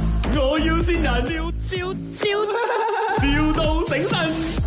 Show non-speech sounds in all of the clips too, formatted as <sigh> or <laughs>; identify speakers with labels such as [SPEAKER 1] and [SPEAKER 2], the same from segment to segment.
[SPEAKER 1] 要先人，笑笑笑，,笑到醒神。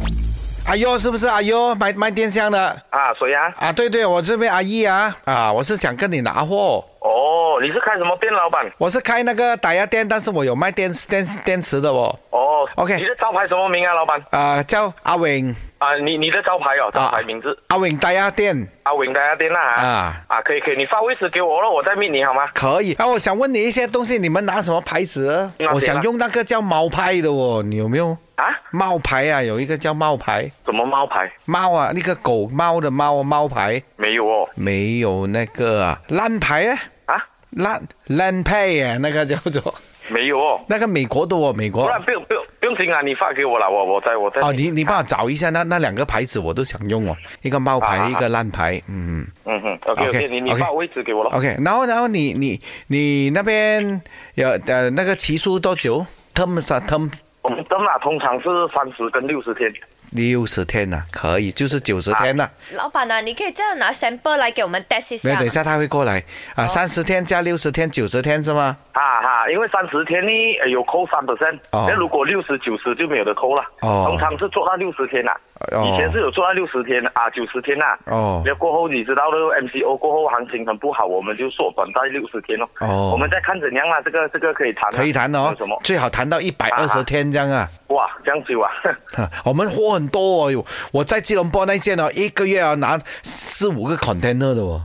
[SPEAKER 2] 阿优是不是阿优卖卖电箱的
[SPEAKER 3] 啊，谁呀、
[SPEAKER 2] 啊？对对，我这边阿姨啊啊，我是想跟你拿货，
[SPEAKER 3] 哦，你是开什么店，老板？
[SPEAKER 2] 我是开那个打压店，但是我有卖电电电池的哦。
[SPEAKER 3] 哦
[SPEAKER 2] OK
[SPEAKER 3] 你的招牌什么名啊，老板？
[SPEAKER 2] 啊、叫阿伟
[SPEAKER 3] 啊，你你的招牌哦，招牌名字、
[SPEAKER 2] 阿伟打压店
[SPEAKER 3] 阿伟大家店啦啊
[SPEAKER 2] 啊，
[SPEAKER 3] 啊，可以可以，你发位置给我了，我再密你好吗？
[SPEAKER 2] 可以。那、我想问你一些东西，你们拿什么牌子？
[SPEAKER 3] 拿
[SPEAKER 2] 我
[SPEAKER 3] 谁啊
[SPEAKER 2] 想用那个叫猫牌的哦，你有没有？
[SPEAKER 3] 啊，
[SPEAKER 2] 猫牌啊，有一个叫猫牌，
[SPEAKER 3] 什么猫牌？
[SPEAKER 2] 猫啊，那个狗猫的猫猫牌
[SPEAKER 3] 没有哦，
[SPEAKER 2] 没有那个啊，烂牌啊，
[SPEAKER 3] 啊，
[SPEAKER 2] 烂烂配啊，那个叫做
[SPEAKER 3] 没有哦，
[SPEAKER 2] 那个美国的哦，美国
[SPEAKER 3] 不。然不用不用不用紧啊，你发给我了，我我再我再
[SPEAKER 2] 哦，你你帮我找一下那那两个牌子，我都想用哦，一个猫牌，
[SPEAKER 3] 啊啊啊
[SPEAKER 2] 一个烂牌，嗯
[SPEAKER 3] 嗯哼，OK
[SPEAKER 2] OK，
[SPEAKER 3] OK，你你
[SPEAKER 2] OK
[SPEAKER 3] 发位置给我了，
[SPEAKER 2] ，OK，然后然后你你你那边有呃那个期数多久？terms 啊 term
[SPEAKER 3] 我们灯啊通常是三十跟六十天，
[SPEAKER 2] 六十天呐、可以，就是九十天呐、
[SPEAKER 4] 老板啊，你可以这样拿 sample 来给我们 test 一
[SPEAKER 2] 没
[SPEAKER 4] 下
[SPEAKER 2] 有，
[SPEAKER 4] 吗
[SPEAKER 2] 等一下他会过来
[SPEAKER 3] 哦
[SPEAKER 2] 啊，三十、天加六十天，九十天是吗？
[SPEAKER 3] 哈哈，因为三十天呢呃有扣三 percent，
[SPEAKER 2] 哦
[SPEAKER 3] 那如果六十九十就没有得扣了，
[SPEAKER 2] 哦
[SPEAKER 3] 通常是做到六十天啦，
[SPEAKER 2] 哦
[SPEAKER 3] 以前是有做到六十天啊九十天啦，
[SPEAKER 2] 哦
[SPEAKER 3] 那过后你知道了 MCO 过后行情很不好，我们就缩短到六十天咯，
[SPEAKER 2] 哦
[SPEAKER 3] 我们再看怎样啦，这个这个可以谈啊，
[SPEAKER 2] 可以谈哦
[SPEAKER 3] 有什么，
[SPEAKER 2] 最好谈到一百二
[SPEAKER 3] 啊
[SPEAKER 2] 十
[SPEAKER 3] 啊
[SPEAKER 2] 天这样啊。
[SPEAKER 3] 哇这样久啊，
[SPEAKER 2] 哈我们货很多哦，有我在吉隆坡那间哦，一个月要拿四五个 container 的哦。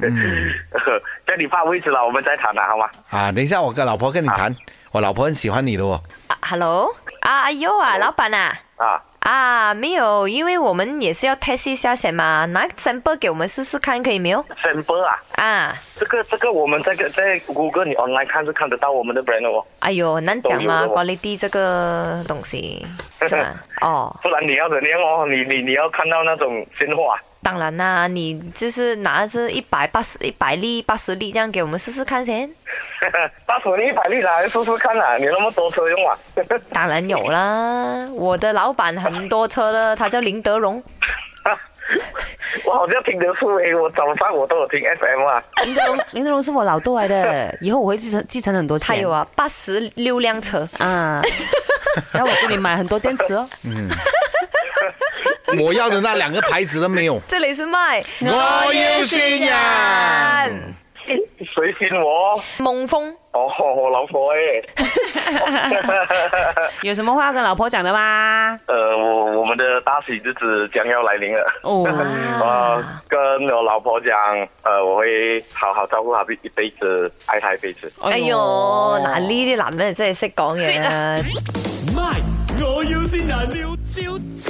[SPEAKER 2] 嗯
[SPEAKER 3] <laughs> 叫你发位置了，我们再谈啦，好吗？
[SPEAKER 2] 啊，等一下我跟老婆跟你
[SPEAKER 3] 啊
[SPEAKER 2] 谈，我老婆很喜欢你的哦。
[SPEAKER 4] 啊，hello，啊，阿优啊，老板啊。
[SPEAKER 3] 啊。
[SPEAKER 4] 啊，没有，因为我们也是要 test 一下先嘛，拿 sample 给我们试试看，可以没有？
[SPEAKER 3] sample 啊，
[SPEAKER 4] 啊，
[SPEAKER 3] 这个这个我们这个在谷歌你 online 看是看得到我们的 brand 的哦，
[SPEAKER 4] 哎呦，很难讲嘛
[SPEAKER 3] 都有的
[SPEAKER 4] ，quality 这个
[SPEAKER 3] <laughs>
[SPEAKER 4] 东西是吗？哦，
[SPEAKER 3] 不然你要怎样哦？你你你要看到那种鲜花 <laughs> 啊
[SPEAKER 4] 当然啦、你就是拿这一百八十、一百粒、八十粒这样给我们试试看先。，
[SPEAKER 3] 大手你一百粒来试试看啦、你那么多车用啊？ <laughs>
[SPEAKER 4] 当然有啦，我的老板很多车的，他叫林德荣，
[SPEAKER 3] 我好像听得出诶，我早上我都有听 FM 啊，
[SPEAKER 5] 林德
[SPEAKER 4] <laughs>
[SPEAKER 5] 龙，林德龙是我老豆来的，以后我会继承继承很多钱。
[SPEAKER 4] 他有啊八十六辆车。
[SPEAKER 5] 啊，然后我给你买很多电
[SPEAKER 4] <laughs>
[SPEAKER 5] 池哦。
[SPEAKER 2] 我要的那两个牌子都没有。
[SPEAKER 4] 这里是麦，
[SPEAKER 2] 我要新人。
[SPEAKER 4] 嗯
[SPEAKER 3] 谁信我？
[SPEAKER 4] 孟峰，
[SPEAKER 3] 哦，我老婆诶，
[SPEAKER 5] 有什么话要跟老婆讲的吗？
[SPEAKER 3] <laughs> 呃，我我们的大喜之子将要来临了。
[SPEAKER 5] 哦，
[SPEAKER 3] 我跟我老婆讲，呃，我会好好照顾她一辈子，爱她一辈子。
[SPEAKER 4] <laughs> 哎呦，嗱呢啲男人真係識講嘢啊！
[SPEAKER 1] 咪，我要先人，笑笑笑。